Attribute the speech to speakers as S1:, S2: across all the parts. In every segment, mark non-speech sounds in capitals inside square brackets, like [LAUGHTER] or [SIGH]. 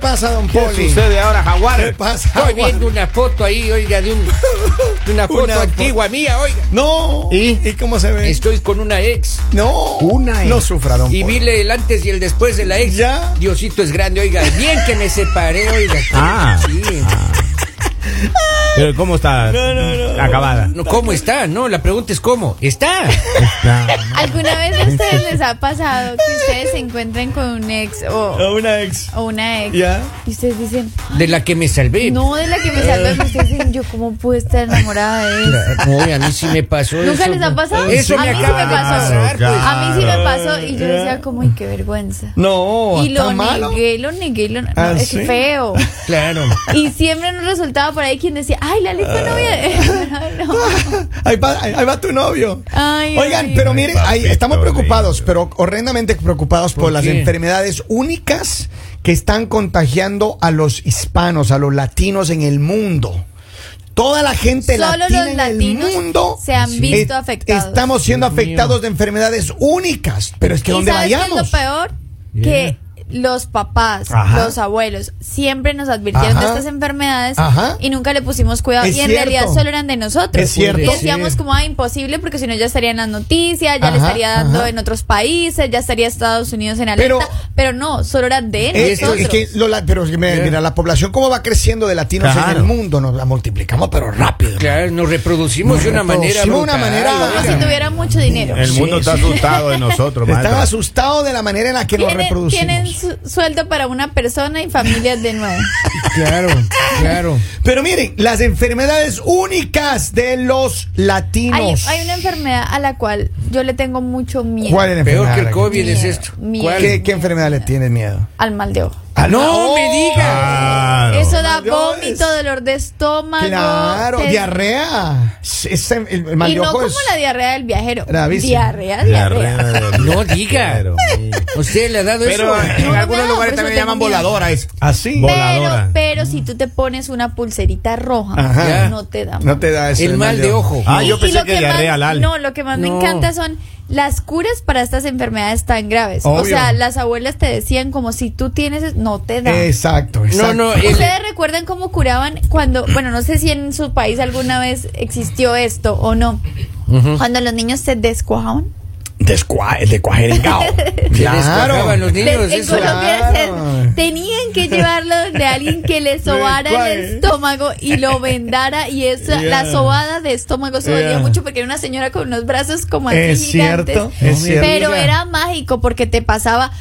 S1: pasa, don
S2: ¿Qué
S1: Poli?
S2: sucede ahora, Jaguar?
S1: ¿Qué pasa,
S3: Estoy
S1: Juan?
S3: viendo una foto ahí, oiga, de, un, de una foto
S1: [LAUGHS] Una fo-
S3: antigua mía, oiga.
S1: No.
S3: ¿Y?
S1: cómo se ve?
S3: Estoy con una ex.
S1: No.
S2: Una
S1: No
S2: es-
S1: sufra, don
S3: Y
S1: Poli.
S3: vile el antes y el después de la ex.
S1: Ya.
S3: Diosito es grande, oiga. Bien que me separé,
S1: [LAUGHS]
S3: oiga.
S2: Ah.
S3: Sí.
S2: Pero ¿cómo está? Acabada.
S3: No, ¿Cómo está? No, la pregunta es cómo. ¿Está?
S2: Está-
S4: ¿Alguna vez a ustedes les ha pasado que ustedes se encuentren con un ex o,
S1: A una ex.
S4: o una ex?
S1: Ya.
S4: Y ustedes dicen,
S3: De la que me salvé.
S4: no de la que me salvé, pero ustedes dicen, yo cómo pude estar enamorada de él.
S3: No, a mí sí me pasó
S4: ¿Nunca
S3: eso.
S4: les ha pasado?
S3: Eso
S4: a
S3: me
S4: mí sí
S3: acaba
S4: me
S3: de
S4: pasó.
S3: pasar. pues.
S4: A mí sí me pasó y yo decía como, ay, qué vergüenza.
S1: No.
S4: y lo
S1: ¿está malo?
S4: negué, lo negué, lo negué.
S1: ¿Ah,
S4: es
S1: sí?
S4: feo.
S3: Claro.
S4: Y siempre nos resultaba por ahí quien decía, ay, la letra novia. [LAUGHS] no.
S1: [LAUGHS] Ahí va, ahí va tu novio.
S4: Ay,
S1: Oigan,
S4: ay.
S1: pero miren, ahí
S2: Papito
S1: estamos preocupados,
S2: lindo.
S1: pero horrendamente preocupados por,
S3: ¿Por
S1: las
S3: qué?
S1: enfermedades únicas que están contagiando a los hispanos, a los latinos en el mundo. Toda la gente
S4: Solo
S1: latina
S4: los
S1: en
S4: latinos
S1: el mundo
S4: se han visto
S1: eh,
S4: afectados.
S1: Estamos siendo
S3: Dios mío.
S1: afectados de enfermedades únicas, pero es que
S4: ¿Y
S1: donde
S4: sabes qué
S1: vayamos.
S4: es lo peor? Que los papás,
S1: Ajá.
S4: los abuelos, siempre nos advirtieron de
S1: Ajá.
S4: estas enfermedades
S1: Ajá.
S4: y nunca le pusimos cuidado.
S1: Es
S4: y en
S1: cierto.
S4: realidad solo eran de nosotros.
S1: Es cierto.
S4: Y decíamos
S3: Sí.
S4: como, ah, imposible, porque si no ya estarían las noticias, ya le
S1: Ajá,
S4: estaría dando
S1: ajá.
S4: en otros países, ya estaría Estados Unidos en alerta.
S1: Pero-
S4: Pero, no, solo eran de
S1: Eh,
S4: nosotros.
S1: es que lo la- pero es que me-
S3: Bien.
S1: mira, la población cómo va creciendo de latinos en
S2: Claro.
S1: el mundo, nos la multiplicamos pero rápido.
S3: Claro, nos reproducimos de una manera.
S1: reproducimos de una
S3: brutal,
S1: manera-
S3: oiga.
S4: como si tuviera mucho dinero.
S2: El mundo está asustado de nosotros,
S1: Están
S2: maestro.
S1: asustados de la manera en la que nos
S4: Tienen,
S1: reproducimos.
S4: tienen su- sueldo para una persona y familias de
S1: [LAUGHS]
S4: nuevo.
S3: Claro, claro.
S1: Pero miren, las enfermedades únicas de los
S4: Hay,
S1: latinos.
S4: hay una enfermedad a la cual yo le tengo mucho miedo.
S1: ¿Cuál es la
S3: Peor
S1: enfermedad?
S3: que el COVID es
S4: Miedo,
S3: esto.
S4: miedo.
S3: ¿Cuál?
S1: ¿Qué, qué enfermedad le tienes miedo?
S4: Al mal de ojo.
S3: Ah, no me
S1: ah,
S3: digas.
S2: Claro.
S4: Eso da
S1: Dios.
S4: vómito, dolor de estómago.
S1: Claro,
S4: te-
S1: diarrea. Es- el, el mal
S4: Y
S1: de
S4: no
S1: ojo
S4: como
S1: es-
S4: la diarrea del viajero.
S1: Gravísimo.
S4: Diarrea, diarrea.
S2: Diarrea de-
S3: No diga.
S2: Claro, sí.
S3: ¿Usted le ha dado
S2: Pero
S1: ah,
S3: eso? Ah,
S2: en
S4: no me
S2: algunos
S4: da, por
S2: lugares
S4: eso
S2: también
S4: tengo
S2: llaman
S4: miedo.
S2: voladora. Es
S1: Así.
S2: voladora.
S4: Pero, pero si tú te pones una pulserita roja,
S1: Ajá.
S4: no te da
S1: No te da eso.
S3: El mal de ojo.
S2: Ah,
S4: Y-
S2: yo
S4: y
S2: pensé
S4: lo
S2: que diarrea
S4: más,
S2: al
S4: No, lo que más me
S3: No.
S4: encanta son las curas para estas enfermedades tan graves. O
S1: Obvio.
S4: sea, las abuelas te decían como si tú tienes, no te da.
S1: Exacto, exacto. Ah,
S3: no, el-
S4: ¿Ustedes recuerdan cómo curaban cuando, bueno, no sé si en su país alguna vez existió esto o no? Cuando los niños se descuajaban.
S1: Descua- el de cuajeringao.
S3: Se descuajaban
S1: claro.
S3: los niños.
S4: Les- en
S3: eso.
S4: Colombia se-
S1: Claro.
S4: tenían que llevarlo de alguien que les sobara
S1: cuaje.
S4: el estómago y lo vendara y esa,
S1: Yeah.
S4: la sobada de estómago se
S1: Yeah.
S4: dolía mucho porque era una señora con unos brazos como así
S1: Es
S4: gigantes.
S1: cierto, es
S4: No me
S1: cierto.
S4: Pero
S3: diga.
S4: era mágico porque te pasaba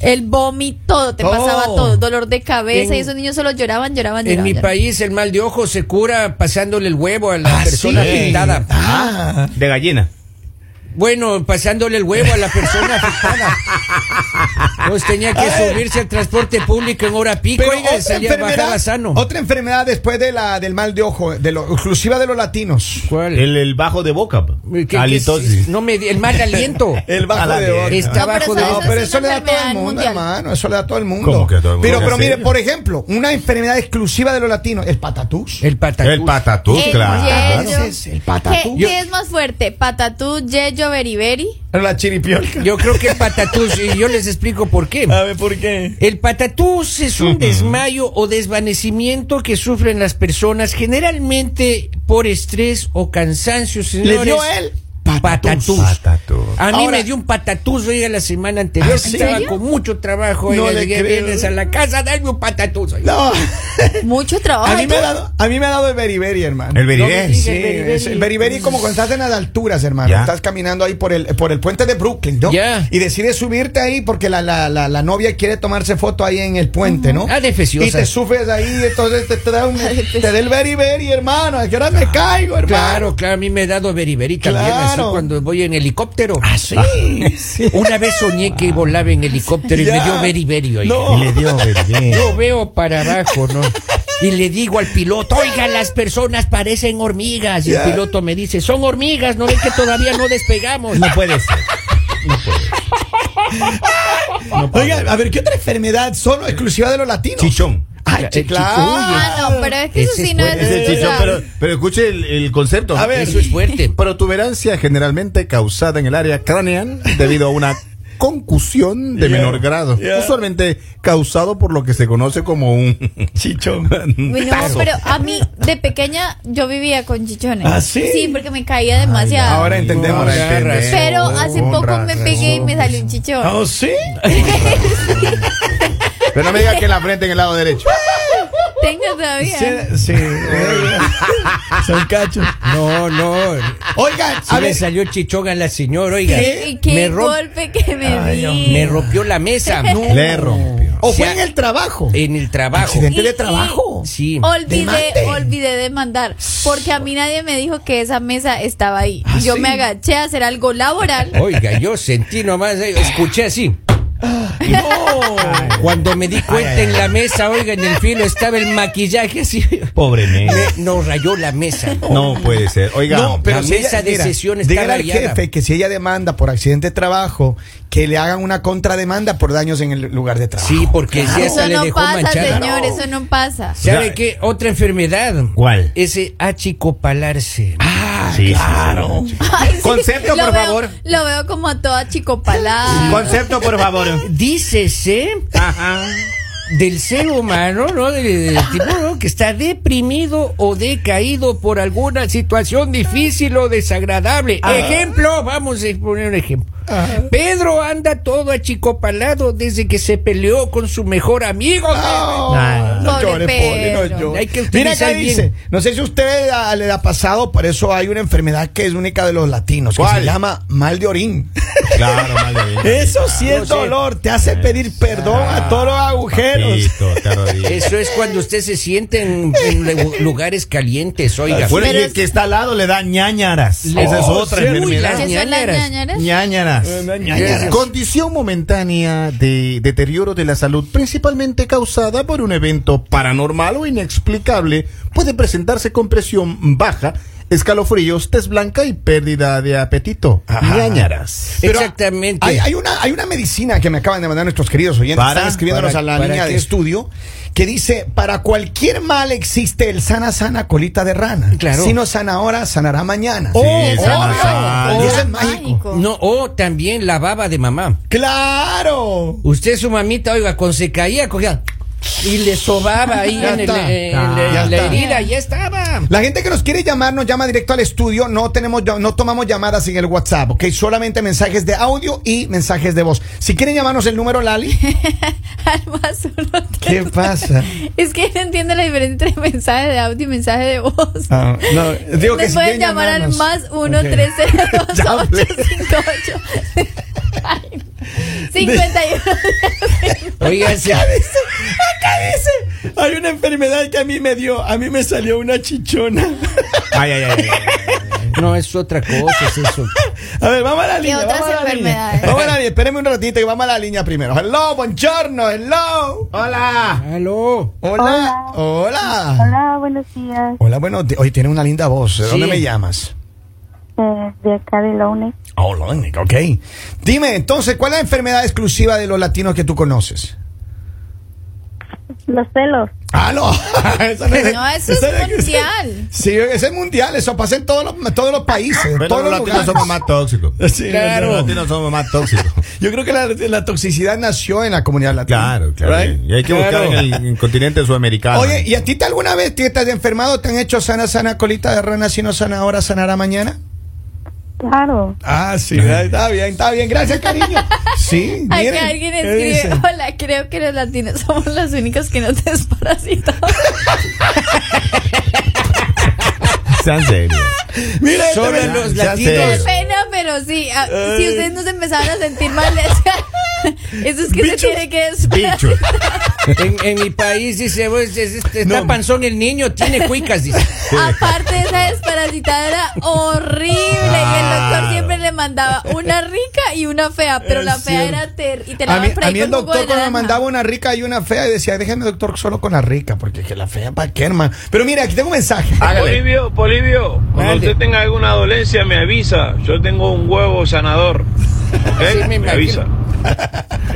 S4: el vómito, te
S1: Todo.
S4: pasaba todo, dolor de cabeza
S3: En-
S4: y esos niños solo lloraban, lloraban, lloraban.
S3: En mi
S4: lloraban.
S3: país el mal de ojo se cura pasándole el huevo a la
S1: Ah,
S3: persona
S1: sí.
S3: afectada.
S1: Ah,
S2: De gallina.
S3: Bueno, pasándole el huevo a la persona afectada. Pues tenía que subirse al transporte público en hora pico
S1: pero
S3: oiga, y
S1: otra
S3: salía bajaba
S1: enfermedad,
S3: sano.
S1: otra enfermedad después de la del mal de ojo, de lo, exclusiva de los latinos.
S3: ¿Cuál?
S2: El, el bajo de boca. pa.
S3: ¿Qué- qué-
S2: Halitosis.
S3: no me di- el mal
S1: [LAUGHS]
S3: aliento.
S1: El
S2: A
S1: bajo
S2: la
S1: de
S2: mierda.
S1: ojo.
S3: Está
S4: No,
S3: bajo
S4: pero
S3: de
S4: eso-
S1: No,
S3: ojo.
S1: pero
S4: es
S1: eso le
S4: una
S1: da a todo el
S4: enfermedad
S1: mundo,
S4: mundial.
S1: hermano. Eso le da a todo el mundo.
S2: ¿Cómo que a todo el mundo?
S1: Pero, pero
S2: ¿En serio?
S1: mire, por ejemplo, una enfermedad exclusiva de los latinos, el patatús.
S3: El patatús.
S2: El patatús,
S4: El
S2: claro.
S4: yello.
S1: Ese es el patatús.
S4: ¿Qué,
S1: Yo-
S4: qué es más fuerte? ¿Patatú, yeyo, beriberi?
S1: La chiripiolca.
S3: Yo creo que el patatús, y yo les explico por qué.
S1: ver, ¿por qué?
S3: El patatús es un desmayo o desvanecimiento que sufren las personas generalmente por estrés o cansancio, señores.
S1: Le dio él
S3: patatús.
S2: Patatús.
S3: A mí
S1: Ahora-
S3: me dio un patatús, oiga, la semana anterior.
S1: ¿Ah,
S3: que
S1: sí?
S3: Estaba con mucho trabajo.
S1: No
S3: Oiga,
S1: le
S3: llegué
S1: creo.
S3: viernes a la casa, dame un patatús. oiga.
S1: No.
S4: Mucho trabajo.
S1: A mí,
S4: ¿Y
S1: me ha
S4: tú?
S1: dado, a mí me ha dado el beriberi, hermano.
S2: El
S3: No me
S2: beriberi.
S1: Sí,
S3: El beriberi.
S1: es el beriberi como cuando estás en las alturas, hermano.
S2: Ya.
S1: Estás caminando ahí por el, por el puente de Brooklyn, ¿no?
S3: Ya.
S1: Y decides subirte ahí porque la, la, la, la novia quiere tomarse foto ahí en el puente, ¿no?
S3: Ah, de
S1: Y
S3: feciosa.
S1: te sufres ahí, entonces te, te da un- te da el beriberi, hermano. ¿A qué hora me caigo, hermano?
S3: Claro, claro, a mí me he dado beriberi también, así
S1: Claro.
S3: cuando voy en helicóptero.
S1: Ah, sí. Sí.
S3: Una vez soñé que volaba en helicóptero y
S1: Ya.
S3: me dio beriberi, oiga.
S1: No.
S2: Y le dio beriberi.
S3: Yo veo para abajo, ¿no? Y le digo al piloto, oiga, las personas parecen hormigas. Y
S1: Ya.
S3: el piloto me dice, son hormigas, ¿no ven que todavía no despegamos?
S2: No puede ser.
S1: [LAUGHS]
S2: No puede
S1: Oiga,
S2: ser.
S1: a ver, ¿qué otra enfermedad solo exclusiva de los latinos?
S2: Chichón.
S1: Ay,
S3: El
S1: sí,
S3: chichu-
S1: claro.
S4: Ah, no, pero es que eso
S3: Ese
S4: sí
S3: es
S4: no
S3: fuerte.
S4: es.
S2: Es el
S4: o
S2: chichón,
S4: sea,
S2: pero, pero escuche el, el concepto.
S1: A ver.
S3: Eso es fuerte.
S2: [LAUGHS] Protuberancia generalmente causada en el área craneal debido a una concusión de
S1: Yeah.
S2: menor grado,
S1: Yeah.
S2: usualmente causado por lo que se conoce como un [LAUGHS] chichón.
S4: Uy, no, pero a mí de pequeña yo vivía con chichones.
S1: ¿Ah, sí?
S4: Sí, porque me caía demasiado.
S1: ahora entendemos.
S2: Ahora
S3: Ahora
S2: entendemos.
S4: pero hace
S2: Con
S4: poco me
S2: razón.
S4: pegué y me salió un chichón.
S1: ¿Ah,
S2: [LAUGHS]
S1: sí?
S2: Pero no me digas que en la frente, en el lado derecho.
S4: Tengo todavía.
S1: Sí, sí. Son cachos.
S3: No, no.
S1: Oigan,
S3: Sí
S1: a
S3: me
S1: ver.
S3: salió chichón a la señora, oiga.
S4: ¿Qué,
S1: ¿Eh?
S4: y qué
S3: Me, rom-
S4: golpe que me di.
S3: me rompió la
S4: [LAUGHS]
S3: mesa.
S2: Le rompió.
S1: O
S3: O
S1: fue
S3: sea,
S1: en el trabajo.
S3: En el trabajo.
S1: Accidente de
S4: Y-
S1: trabajo.
S3: Sí.
S4: Olvidé,
S1: Demande.
S4: olvidé de mandar, porque a mí nadie me dijo que esa mesa estaba ahí.
S1: ¿Ah,
S4: yo
S1: sí?
S4: me agaché a hacer algo laboral.
S3: Oiga, yo sentí nomás, eh, escuché así. Cuando me di cuenta en la mesa, oiga, en el filo estaba el maquillaje así. [LAUGHS]
S2: Pobre [LAUGHS] nene.
S3: Me- nos rayó la mesa.
S2: No puede ser. Oiga,
S1: No, pero
S3: la
S1: si
S3: mesa
S1: ella,
S3: de
S1: mira,
S3: sesión está
S1: dígale al
S3: rayada.
S1: jefe que si ella demanda por accidente de trabajo, que le hagan una contrademanda por daños en el lugar de trabajo.
S3: Sí, porque si
S4: eso
S3: esa le
S4: no
S3: dejó
S4: pasa,
S3: manchada.
S4: señor, eso no pasa.
S3: ¿Sabe
S2: Ya.
S3: qué? Otra enfermedad.
S2: ¿Cuál?
S3: Ese achicopalarse.
S2: sí, Ah, claro.
S4: [LAUGHS] Ay, sí,
S2: Concepto,
S4: lo
S2: por
S4: veo-
S2: favor.
S4: Lo veo como a toda chico palada.
S2: Ah. Concepto, por favor.
S3: Dícese del ser humano, ¿no? Del, del tipo ¿no? que está deprimido o decaído por alguna situación difícil o desagradable.
S4: Ah.
S3: Ejemplo, vamos a poner un ejemplo. Pedro anda todo achicopalado desde que se peleó con su mejor amigo.
S1: Ah, no
S4: Pobre
S1: llores, pobre, no
S4: Pedro.
S1: llores.
S3: Hay que
S1: Mira
S3: utilizar
S1: acá
S3: bien.
S1: dice, no sé si a usted ah, le ha pasado, por eso hay una enfermedad que es única de los latinos, que
S2: ¿Cuál?
S1: se llama mal de orín.
S2: Claro, mal
S1: [LAUGHS]
S2: de
S1: Eso sí es
S3: sí.
S1: dolor, te hace pedir perdón a todos los agujeros.
S3: Eso es cuando usted se siente en, en lu- lugares calientes, oiga.
S2: Bueno, y
S4: Pero
S2: el
S4: es-
S2: que está al lado le da ñañaras.
S3: Le-
S2: Esa es
S3: Oh,
S2: otra
S3: sí, uy,
S2: enfermedad.
S4: ¿Qué son las
S3: ñañaras.
S4: ñañaras?
S3: ñañaras.
S2: Ñañaras. Condición momentánea de deterioro de la salud, principalmente causada por un evento paranormal o inexplicable, puede presentarse con presión baja, escalofríos, tez blanca y pérdida de apetito.
S1: Ajá.
S2: Ñañaras.
S1: Pero
S3: Exactamente.
S1: Hay, hay una, hay una medicina que me acaban de mandar nuestros queridos oyentes.
S2: ¿Para?
S1: Están escribiéndonos
S3: ¿Para-
S1: a la
S3: para
S1: línea
S3: qué?
S1: de estudio que dice: Para cualquier mal existe el sana, sana colita de rana.
S3: Claro.
S1: Si no sana ahora, sanará mañana.
S2: Sí,
S1: Oh,
S2: el
S1: oh,
S2: sana,
S1: oh,
S2: sana.
S1: oh, y eso es
S4: Era
S1: mágico.
S4: mágico.
S3: No, o también la baba de mamá.
S1: ¡Claro!
S3: Usted, su mamita, oiga, cuando se caía, cogía y le sobaba ahí
S1: Ya
S3: en, el- eh,
S1: está.
S3: en la-
S2: Ya
S3: en la
S1: está.
S3: herida, ya estaba.
S1: La gente que nos quiere llamar nos llama directo al estudio. No tenemos, no tomamos llamadas en el WhatsApp, ¿ok? Solamente mensajes de audio y mensajes de voz. Si quieren llamarnos el número,
S4: [LAUGHS]
S1: Lali.
S4: Algo azul, no
S1: ¿Qué
S4: tengo.
S1: pasa?
S4: Es que no entiendo la diferencia entre mensaje de audio y mensaje de voz.
S1: Ah, no, digo que
S4: Les
S1: si
S4: pueden
S1: quieren
S4: llamar
S1: [LAUGHS]
S4: al
S1: llamarnos.
S4: más
S1: Ok.
S4: 1 302
S1: Ya hablé. [LAUGHS]
S4: 858 Ay, 51
S1: [LAUGHS]
S3: Oiga, sí.
S1: dice, hay una enfermedad que a mí me dio, a mí me salió una chichona. [LAUGHS]
S2: Ay, ay, ay, ay.
S3: no es otra cosa, es eso.
S1: A ver, vamos a la
S4: ¿Qué
S1: línea.
S4: otras
S1: vamos a la
S4: enfermedades?
S1: línea. Vamos a la línea, espéreme un ratito que vamos a la línea primero. Hello, buongiorno, hello.
S2: Hola.
S3: Aló.
S1: Hola, hola.
S5: Hola, buenos días.
S1: Hola, bueno, di- oye, tiene una linda voz. ¿De
S3: Sí.
S1: dónde me llamas?
S5: eh, de acá de Lones.
S1: Hola, ok. Dime, entonces, ¿cuál es la enfermedad exclusiva de los latinos que tú conoces?
S5: Los pelos.
S1: Ah, no. Esa no, es-
S4: No, eso
S1: [LAUGHS]
S4: es
S1: esa no
S4: mundial.
S1: Sí, eso es mundial, eso pasa en todos los, todos los países, en
S2: Pero
S1: todos
S2: los
S1: los lugares.
S2: latinos somos más tóxicos. [LAUGHS]
S1: Sí,
S3: Claro.
S2: Los latinos somos más tóxicos.
S1: Yo creo que la, la toxicidad nació en la comunidad latina.
S2: [LAUGHS] Claro, claro.
S1: Right?
S2: Y hay que buscar
S3: Claro.
S2: en el, en el continente sudamericano.
S1: Oye, ¿y a ti te alguna vez te estás enfermado? ¿Te han hecho sana, sana, colita de rana? Si no sana ahora, sanará mañana.
S5: Claro.
S1: Ah, sí, ¿verdad? está bien, está bien. Gracias, cariño. [LAUGHS] Sí, miren,
S4: Acá alguien
S1: ¿qué
S4: escribe,
S1: dicen?
S4: hola, creo que los latinos somos los únicos que nos desparasitamos.
S2: sean serios.
S1: Mira, este
S3: Solo
S1: me-
S3: los
S2: ya
S4: Qué
S2: sé.
S3: latinos.
S4: pena, pero sí, ah, si ustedes no se empezaron a sentir mal, [LAUGHS] eso es que
S1: Bichos.
S4: se tiene
S1: [LAUGHS]
S4: que desparasitar.
S2: Bicho.
S3: En, en mi país dice, pues, es- es- está
S1: No.
S3: panzón el niño, tiene cuicas, dice.
S4: [LAUGHS] Aparte de esa desparasitada era horrible. Y el
S1: Ah.
S4: doctor siempre le mandaba una rica y una fea, pero la fea era ter y te la
S1: A mí,
S4: daban por ahí
S1: a mí el
S4: con jugo de
S1: doctor cuando me
S4: naranja.
S1: mandaba una rica y una fea y decía, déjame doctor solo con la rica, porque que la fea para qué, hermano. Pero mira, aquí tengo un mensaje.
S2: Hágale.
S6: Polivio, Polivio, cuando
S3: Mande.
S6: usted tenga alguna dolencia me avisa. Yo tengo un huevo sanador. ¿Ok?
S3: Así me
S6: me
S3: imagino.
S6: avisa.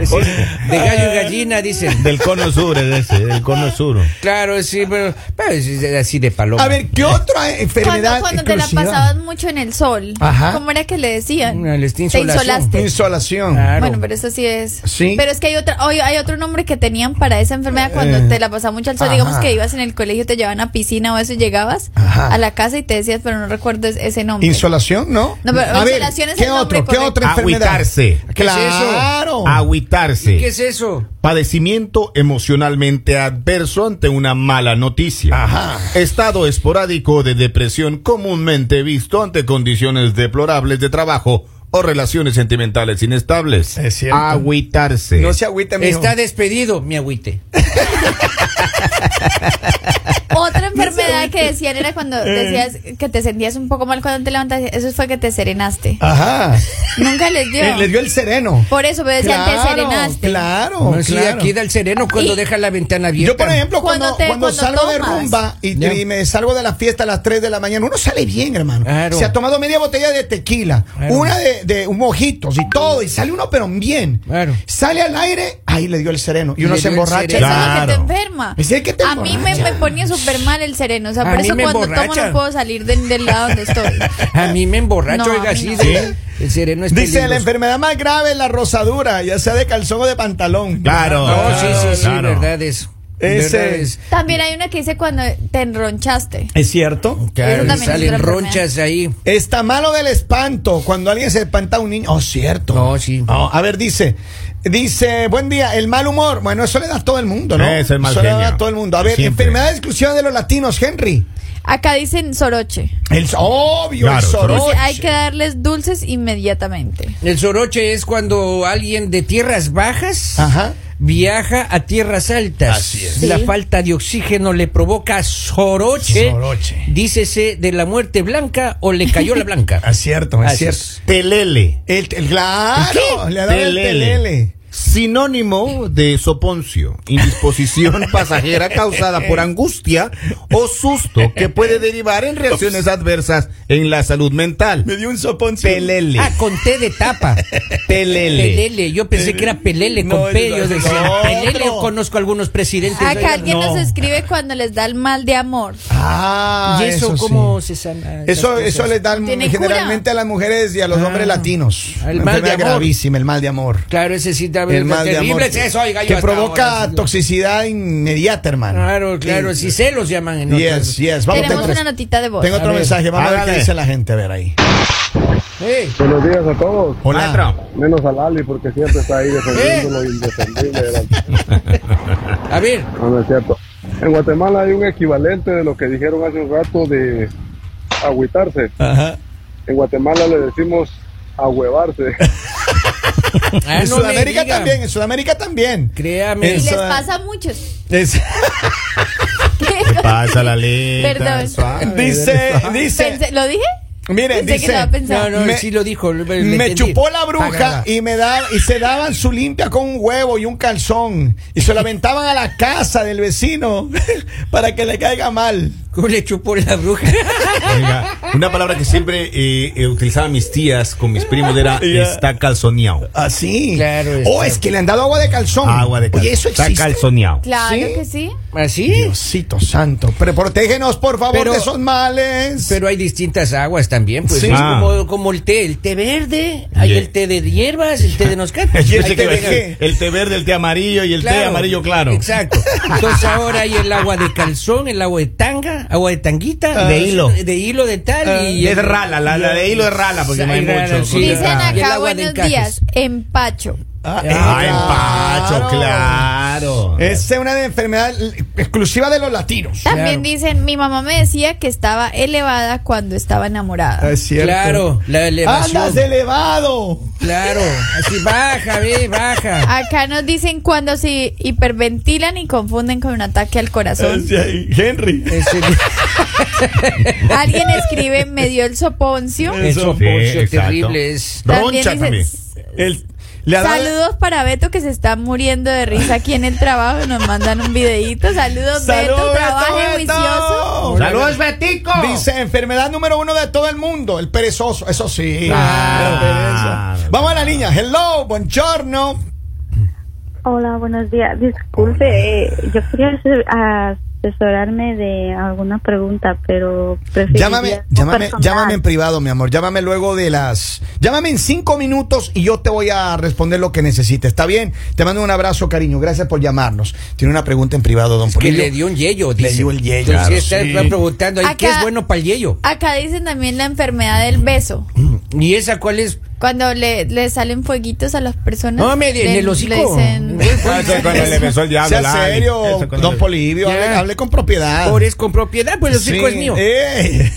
S3: Es decir, de gallo y gallina, dicen.
S6: Del cono sur, es ese, del cono sur.
S3: Claro, sí, pero, pero es así de paloma.
S1: A ver, ¿qué otra enfermedad
S4: Cuando, cuando te la
S1: exclusiva?
S4: pasabas mucho en el sol,
S1: Ajá. Mm,
S4: ¿cómo era que le decían?
S3: No, les-
S4: te
S3: insolación.
S4: insolaste.
S1: Insolación.
S3: Claro.
S4: Bueno, pero eso sí es.
S1: Sí.
S4: Pero es que hay otra, hoy hay otro nombre que tenían para esa enfermedad cuando
S1: Eh,
S4: te la pasaba mucho al sol.
S1: ajá.
S4: Digamos que ibas en el colegio, te llevaban a piscina o eso y llegabas
S1: Ajá.
S4: a la casa y te decías, pero no recuerdo es- ese nombre.
S1: Insolación, ¿no?
S4: No, pero
S1: a ver,
S4: insolación es
S1: ¿qué
S4: el
S1: otro?
S4: nombre
S1: ¿Qué
S4: correcto.
S1: otra enfermedad?
S2: Agüitarse.
S3: ¿Qué es eso?
S1: Claro.
S2: Agüitarse.
S3: ¿Qué es eso?
S2: Padecimiento emocionalmente adverso ante una mala noticia.
S1: Ajá.
S2: Estado esporádico de depresión comúnmente visto ante condiciones deplorables de trabajo o relaciones sentimentales inestables.
S1: Es cierto.
S2: Agüitarse.
S1: No se agüite, mijo.
S3: Está despedido, mi agüite.
S1: [LAUGHS]
S4: Otra enfermedad que decían era cuando
S1: Eh.
S4: decías que te sentías un poco mal cuando te levantas. Eso fue que te serenaste.
S1: Ajá.
S4: Nunca les dio.
S1: Eh, Le dio el sereno.
S4: Por eso me decían, Pues, te serenaste.
S1: Claro,
S3: No, sí,
S1: claro.
S3: aquí da el sereno cuando
S4: Y-
S3: deja la ventana abierta.
S1: Yo, por ejemplo, cuando,
S4: Cuando te-
S1: cuando
S4: cuando
S1: salgo de
S4: tomas.
S1: rumba y,
S3: Ya.
S1: y me salgo de la fiesta a las 3 de la mañana, uno sale bien, hermano.
S3: Claro.
S1: Se ha tomado media botella de tequila,
S3: Claro.
S1: una de, de un mojitos y todo, y sale uno pero bien.
S3: Claro.
S1: Sale al aire, ahí le dio el sereno. Y
S3: Le
S1: uno se
S3: dio el
S1: emborracha.
S4: Eso
S3: sereno.
S4: es lo que
S2: Claro.
S4: te enferma.
S1: Pues es que te
S4: a mí me,
S1: emborracha.
S4: me ponía súper mal el sereno. O sea,
S3: A
S4: por
S3: mí
S4: eso
S3: me
S4: cuando tomo
S3: emborracha.
S4: no puedo salir del, del lado
S1: [LAUGHS]
S4: donde estoy.
S3: A mí me emborracho,
S4: No,
S3: oiga,
S4: a mí
S3: así
S4: no.
S3: de- El sereno Este es
S1: Dice, la
S3: peligroso.
S1: enfermedad más grave es la rosadura, ya sea de calzón o de pantalón.
S2: Claro.
S3: No, sí, sí, sí,
S2: claro.
S3: verdad eso.
S1: Ese-
S3: Verdad es.
S4: También hay una que dice cuando te enronchaste.
S1: ¿Es cierto?
S3: Claro,
S4: también
S3: y
S4: es otra
S3: salen
S4: enfermedad.
S3: ronchas ahí.
S1: Está malo del espanto cuando alguien se espanta a un niño. Oh, cierto.
S3: No, sí.
S1: Oh, a ver, dice. Dice, buen día, el mal humor. Bueno, eso le da a todo el mundo, ¿no?
S2: Es el mal
S1: eso le da
S2: genio.
S1: a todo el mundo. A ver,
S2: Siempre.
S1: enfermedad exclusiva de los latinos, Henry.
S4: Acá dicen soroche.
S1: El, obvio,
S2: Claro,
S1: el soroche.
S4: Dice, hay que darles dulces inmediatamente.
S3: El soroche es cuando alguien de tierras bajas
S1: Ajá.
S3: viaja a tierras altas.
S1: Así es.
S3: La
S4: Sí.
S3: falta de oxígeno le provoca soroche.
S1: Soroche.
S3: Dícese de la muerte blanca o le cayó la
S1: [LAUGHS]
S3: blanca.
S1: Es cierto, es
S3: Así
S1: cierto.
S3: es.
S2: Telele.
S1: El, el- claro,
S2: ¿Qué?
S1: le ha dado el telele.
S2: Sinónimo de soponcio,
S3: [LAUGHS]
S2: indisposición pasajera causada por angustia o susto que puede derivar en reacciones adversas en la salud mental.
S1: Me dio un sopón. [LAUGHS]
S2: Telele.
S3: Ah, con té de tapa.
S2: Telele.
S3: Pelele, yo pensé
S1: [LAUGHS]
S3: que era Pelele
S1: No,
S3: con P, yo
S1: no,
S3: decía,
S1: no.
S3: Pelele, yo conozco algunos presidentes.
S4: Acá
S3: Oigan,
S4: alguien
S1: no.
S4: nos escribe cuando les da el mal de amor.
S1: Ah,
S3: ¿Y eso,
S1: sí.
S3: cómo se sana? esas
S1: Eso,
S3: cosas? Ah.
S1: eso les da
S4: ¿Tiene
S1: generalmente a las mujeres y a los hombres latinos.
S3: El
S1: Una
S3: mal de
S1: enfermedad
S3: amor.
S1: gravísima, el mal de amor.
S3: Claro, ese sí da
S1: El mal de amor.
S3: Pues, terrible. es eso, oiga, yo
S1: que
S3: hasta
S1: provoca
S3: ahora sí lo-
S1: toxicidad inmediata, hermano.
S3: Claro, claro, sí, celos llaman. En
S1: Yes,
S3: otras-
S1: yes. Vamos,
S4: Tenemos
S1: tengo,
S4: una notita de voz.
S1: tengo otro
S3: ver,
S1: mensaje. Vamos a ver qué
S2: hágale.
S1: dice la gente. A ver ahí.
S3: Hey,
S7: Buenos días a todos.
S1: Hola. Eh,
S2: Maestro.
S7: Menos al Ali porque siempre está ahí defendiendo lo indefendible. ¿verdad?
S3: a ver,
S7: No, no es cierto. En Guatemala hay un equivalente de lo que dijeron hace un rato de agüitarse. En Guatemala le decimos ahuevarse.
S3: ah,
S1: en
S3: no me
S1: Sudamérica
S3: diga.
S1: también, en Sudamérica también.
S3: Créame.
S4: Y les
S1: Eso-
S4: pasa
S1: [LAUGHS]
S4: a muchos.
S1: Es-
S2: Pasa la letra.
S4: Perdón.
S2: suave.
S1: [LAUGHS] dice, dice,
S4: Pensé- ¿Lo dije?
S1: mire,
S4: Pensé que lo
S1: dice,
S4: había pensado.
S3: No, no,
S1: Me-
S3: sí lo dijo. lo- pues, le
S1: me
S3: entendí.
S1: chupó la bruja
S3: Págala.
S1: y me da, y se daban su limpia con un huevo y un calzón y se lo aventaban a la casa del vecino [LAUGHS] para que le caiga mal.
S3: ¿Cómo le chupó la bruja? [LAUGHS]
S2: Oiga, una palabra que siempre eh, eh, utilizaban mis tías con mis primos era
S1: [LAUGHS] Ya.
S2: está calzoneado.
S1: Así.
S3: Claro,
S1: Oh,
S3: está.
S1: es que le han dado agua de calzón.
S2: Agua de calzón.
S1: Oye, eso
S2: Está
S1: existe.
S2: calzoneado.
S4: Claro
S1: ¿Sí?
S4: que sí.
S3: ¿Así?
S1: Diosito santo. Pero protégenos, por favor,
S3: Pero-
S1: de esos males.
S3: Pero hay distintas aguas también, pues
S1: Sí.
S3: es
S2: Ah.
S3: como, como el té, el té verde, hay
S2: Ye-
S3: el té de hierbas, el té de noscar.
S2: [LAUGHS] Yo
S3: Hay
S2: sé
S3: té
S2: que va a
S3: de-
S2: ser el té verde, el té amarillo y el té
S3: Claro,
S2: amarillo claro.
S3: Exacto. Entonces ahora hay el agua de calzón, el agua de tanga, agua de tanguita,
S2: Ah, de hilo.
S3: de hilo de tal y
S2: es rala, la- la de hilo es rala, porque no hay mucho. Sí,
S4: Dicen
S2: claro.
S3: Y el
S4: acá,
S3: agua de
S4: buenos
S3: encajes.
S4: días, empacho.
S1: Ah,
S2: Ah,
S1: claro.
S2: empacho, claro.
S1: Esa es una enfermedad l- exclusiva de los latinos.
S4: También
S3: Claro.
S4: dicen, mi mamá me decía que estaba elevada cuando estaba
S1: Ah,
S4: enamorada.
S3: Claro, la
S2: Ah,
S3: elevación.
S1: Andas elevado.
S3: Claro, así baja, ve, baja.
S4: Acá nos dicen cuando se hiperventilan y confunden con un ataque al
S1: Eh,
S4: corazón.
S1: Henry.
S3: Es el,
S4: Alguien escribe, me dio el soponcio.
S3: el
S1: Eso.
S3: soponcio
S2: Sí, exacto.
S3: terrible es.
S2: Roncha también.
S4: dices,
S1: El,
S6: Le ha dado-
S4: Saludos para Beto que se está muriendo de risa aquí en el trabajo. Nos mandan un videito. Saludos, Beto.
S1: Beto,
S4: Trabaje
S1: Beto!
S4: juicioso.
S3: ¡Saludos, Betico!
S1: Dice, enfermedad número uno de todo el mundo, el perezoso. Eso sí.
S6: Claro.
S1: Pereza. Vamos a la línea. Hello, buongiorno.
S5: Hola, buenos días. Disculpe, eh, yo quería ase- asesorarme de alguna pregunta, pero preferiría
S1: Llámame,
S5: no
S1: llámame,
S5: personal.
S1: llámame en privado, mi amor. Llámame luego de las. Llámame en cinco minutos y yo te voy a responder lo que necesites. ¿Está bien? Te mando un abrazo, cariño. Gracias por llamarnos. Tiene una pregunta en privado, don
S3: Que
S1: Polillo.
S3: le dio un yello, dice.
S1: dio el yello,
S3: Entonces,
S1: claro,
S3: está,
S1: sí.
S3: está preguntando, ahí, ¿qué
S4: Acá-
S3: es bueno para el yello?
S4: Acá dicen también la enfermedad del beso.
S3: ¿Y esa cuál es?
S4: Cuando le, le salen fueguitos a las personas.
S3: No, Ah, me, en
S4: le-
S3: el hocico.
S4: le dicen-
S6: Ah, eso cuando le besó el diablo.
S1: sea
S6: la- eso
S1: serio,
S6: cuando
S1: don
S6: le-
S1: Polivio.
S3: Ya.
S1: Hable, hable con propiedad.
S3: Pobres con propiedad, pues el hocico
S1: Sí.
S3: es mío.
S1: Ey.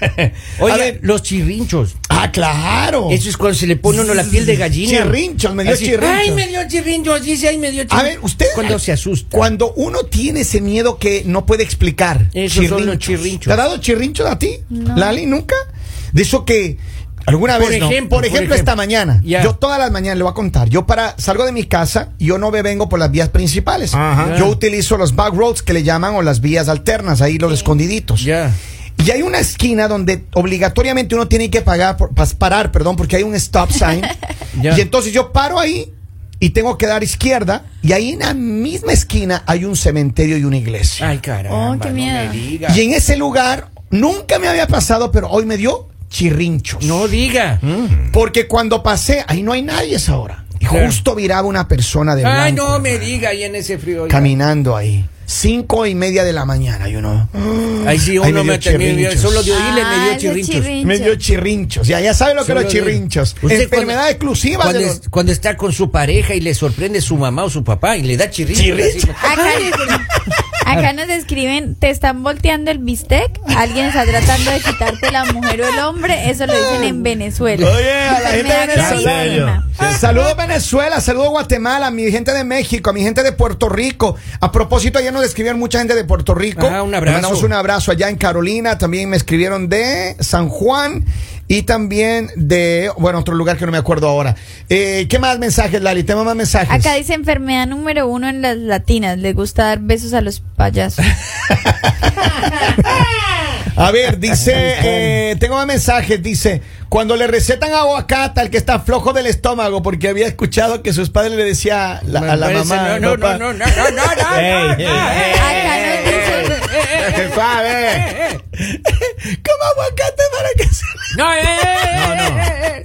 S1: A
S3: Oye,
S1: ver.
S3: los chirrinchos.
S1: Ah, claro.
S3: Eso es cuando se le pone uno la piel de gallina.
S1: Chirrinchos, me dio
S3: Así,
S1: chirrinchos.
S3: Ay, me dio chirrinchos, dice, ay, me dio chirrinchos.
S1: A ver, usted.
S3: Cuando se asusta.
S1: Cuando uno tiene ese miedo que no puede explicar.
S3: Esos son los chirrinchos.
S1: ¿Te ha dado chirrinchos a ti? Lali, nunca. De eso que. Alguna
S3: Por
S1: vez no.
S3: ejemplo,
S1: por
S3: por
S1: ejemplo, esta
S3: ejemplo.
S1: mañana.
S3: Ya.
S1: Yo todas las mañanas le voy a contar. Yo para salgo de mi casa, yo no me vengo por las vías principales.
S6: Ajá.
S1: Yo utilizo los back roads que le llaman o las vías alternas, ahí los escondiditos.
S3: Ya.
S1: Y hay una esquina donde obligatoriamente uno tiene que pagar por, pas- parar, perdón, porque hay un stop sign.
S3: [LAUGHS] Ya.
S1: Y entonces yo paro ahí y tengo que dar izquierda. Y ahí en la misma esquina hay un cementerio y una iglesia.
S3: Ay, caramba.
S4: Oh, qué miedo.
S3: No, me diga.
S1: Y en ese lugar nunca me había pasado, pero hoy me dio chirrinchos.
S3: No diga.
S1: Porque cuando pasé, ahí no hay nadie a esa hora. Y
S3: Claro.
S1: justo viraba una persona de blanco.
S3: Ay, no me diga ahí en ese frío. oiga.
S1: Caminando ahí. Cinco y media de la mañana, y uno.
S3: Ahí sí
S1: Ay, me
S3: uno
S1: dio
S3: me terminó.
S1: chirrinchos.
S3: Solo de oírle me
S4: Ah,
S3: dio
S4: ese
S3: chirrinchos.
S4: chirrin-
S1: Me dio chirrinchos. Ya, ya sabe lo que
S3: Solo
S1: los
S3: de-
S1: chirrinchos.
S3: Usted
S1: Enfermedad
S3: cuando-
S1: exclusiva
S3: cuando,
S1: de los...
S3: es- cuando está con su pareja y le sorprende su mamá o su papá y le da chirrinchos. así.
S1: Chirrinchos.
S4: Acá, acá nos escriben, te están volteando el bistec, alguien está tratando de quitarte la mujer o el hombre, eso lo dicen en Venezuela.
S1: Oye, a la gente de
S4: Enfermedad
S1: Venezuela.
S4: gravísima.
S1: Saludos Venezuela, saludos Guatemala, a mi gente de México, a mi gente de Puerto Rico. A propósito, ayer nos escribieron mucha gente de Puerto Rico.
S3: Ah, un abrazo.
S1: Le Mandamos un abrazo allá en Carolina, también me escribieron de San Juan y también de, bueno, otro lugar que no me acuerdo ahora. Eh, ¿Qué más mensajes, Lali? Tengo más mensajes.
S4: Acá dice enfermedad número uno en las latinas, les gusta dar besos a los
S1: [LAUGHS]
S4: payasos.
S1: A ver, dice, eh, tengo más mensajes, dice, cuando le recetan aguacate al que está flojo del estómago, porque había escuchado que sus padres le decía la- a la
S3: Parece-
S1: mamá.
S3: No, no,
S1: papá,
S3: no, no, no, no, no, no, no,
S6: Ey, ey,
S3: no,
S6: ey.
S3: eh,
S4: Acá
S3: eh,
S4: nos dicen-
S3: eh, eh, eh, eh,
S6: ¡Suave!
S3: eh, eh.
S1: Como aguacate para que se...
S3: No, eh, eh, eh,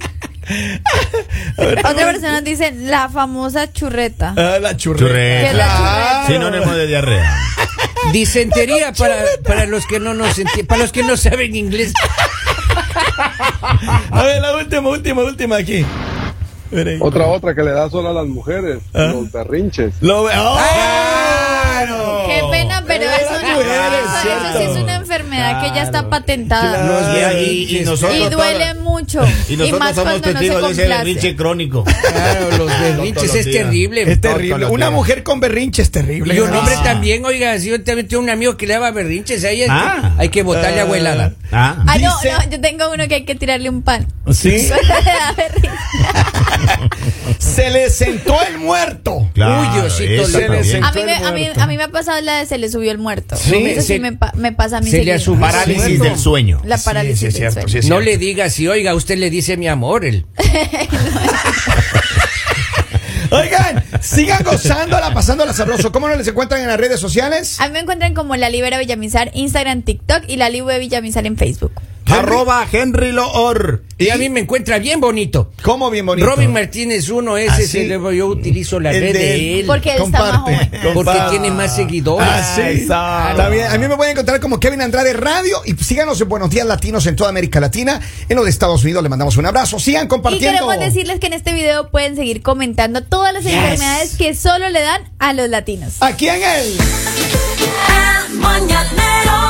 S3: eh,
S4: Otra persona dice la famosa churreta.
S1: Ah, la churreta.
S6: Churreta.
S4: Que la
S1: Claro.
S6: Sinónimo de diarrea.
S3: eh. Disentería para, para los que no nos enti- para los que no saben
S1: [LAUGHS]
S3: inglés.
S1: A ver, la última, última, última aquí. Espera ahí.
S7: Otra, otra que le da solo a las mujeres,
S1: Ah.
S7: los berrinches.
S1: Lo ve- ¡Oh!
S4: Qué pena, pero
S1: Esas
S4: es una,
S1: mujeres,
S4: eso- eso sí
S1: cierto.
S4: es una enfermedad que ya está
S1: Claro.
S4: patentada.
S6: Y-
S3: Los
S6: y, y
S3: berrinches.
S6: nosotros,
S4: Y duele mucho.
S6: y
S4: Y,
S6: nosotros
S4: más
S6: somos
S4: cuando no se
S6: testigos de ese berrinche
S4: complace.
S6: crónico.
S2: [LAUGHS]
S3: Claro, los berrinches
S6: Todos los
S3: es
S6: días.
S3: terrible.
S1: Es terrible.
S6: Todos los
S1: Una
S6: días.
S1: mujer con berrinche es terrible.
S3: Y un
S1: Ah.
S3: hombre también, oiga, si yo también tengo un amigo que le daba berrinches, ahí hay que-
S6: Ah.
S3: hay que botarle
S1: Ah.
S3: abuelada.
S6: Ah.
S4: Ah, no,
S1: Dice-
S4: no, yo tengo uno que hay que tirarle un pan.
S1: Sí.
S4: [LAUGHS] A ver,
S1: Se le sentó el muerto.
S6: Claro,
S3: Uy, Diosito,
S6: esa
S1: le-
S6: también.
S4: a mí, me, a, mí, a mí me ha pasado la de se le subió el muerto.
S3: Sí,
S4: Eso sí
S3: se-
S4: me, pa- me pasa a mí.
S3: se le
S4: seguido.
S3: asumió.
S6: Parálisis
S3: Muerto.
S6: del sueño.
S4: La parálisis.
S1: Sí, sí, es
S4: del
S1: cierto,
S4: sueño.
S1: sí, es
S3: no
S1: cierto.
S3: le diga si, oiga, usted le dice mi amor. El...
S1: Oigan, sigan gozándola, pasándola sabroso. ¿Cómo no les encuentran en las redes sociales?
S4: A mí me encuentran como La Libera Villamizar, Instagram, TikTok y La Libre Villamizar en Facebook.
S6: Arroba Henry Loor.
S3: Y a mí me encuentra bien bonito.
S1: ¿Cómo bien bonito?
S3: Robin Martínez uno, ese
S1: Así.
S3: es el- yo utilizo la
S1: El
S3: red
S1: de-
S3: de él.
S4: Porque él está más joven.
S3: Porque tiene más seguidores.
S1: Ah, sí.
S3: Ay, claro.
S1: Está bien. A mí me pueden encontrar como Kevin Andrade Radio y síganos en Buenos Días Latinos en toda América Latina. En los de Estados Unidos le mandamos un abrazo. Sigan
S4: Y
S1: compartiendo.
S4: queremos decirles que en este video pueden seguir comentando todas las enfermedades que solo le dan a los latinos.
S1: Aquí en el.
S8: El mañanero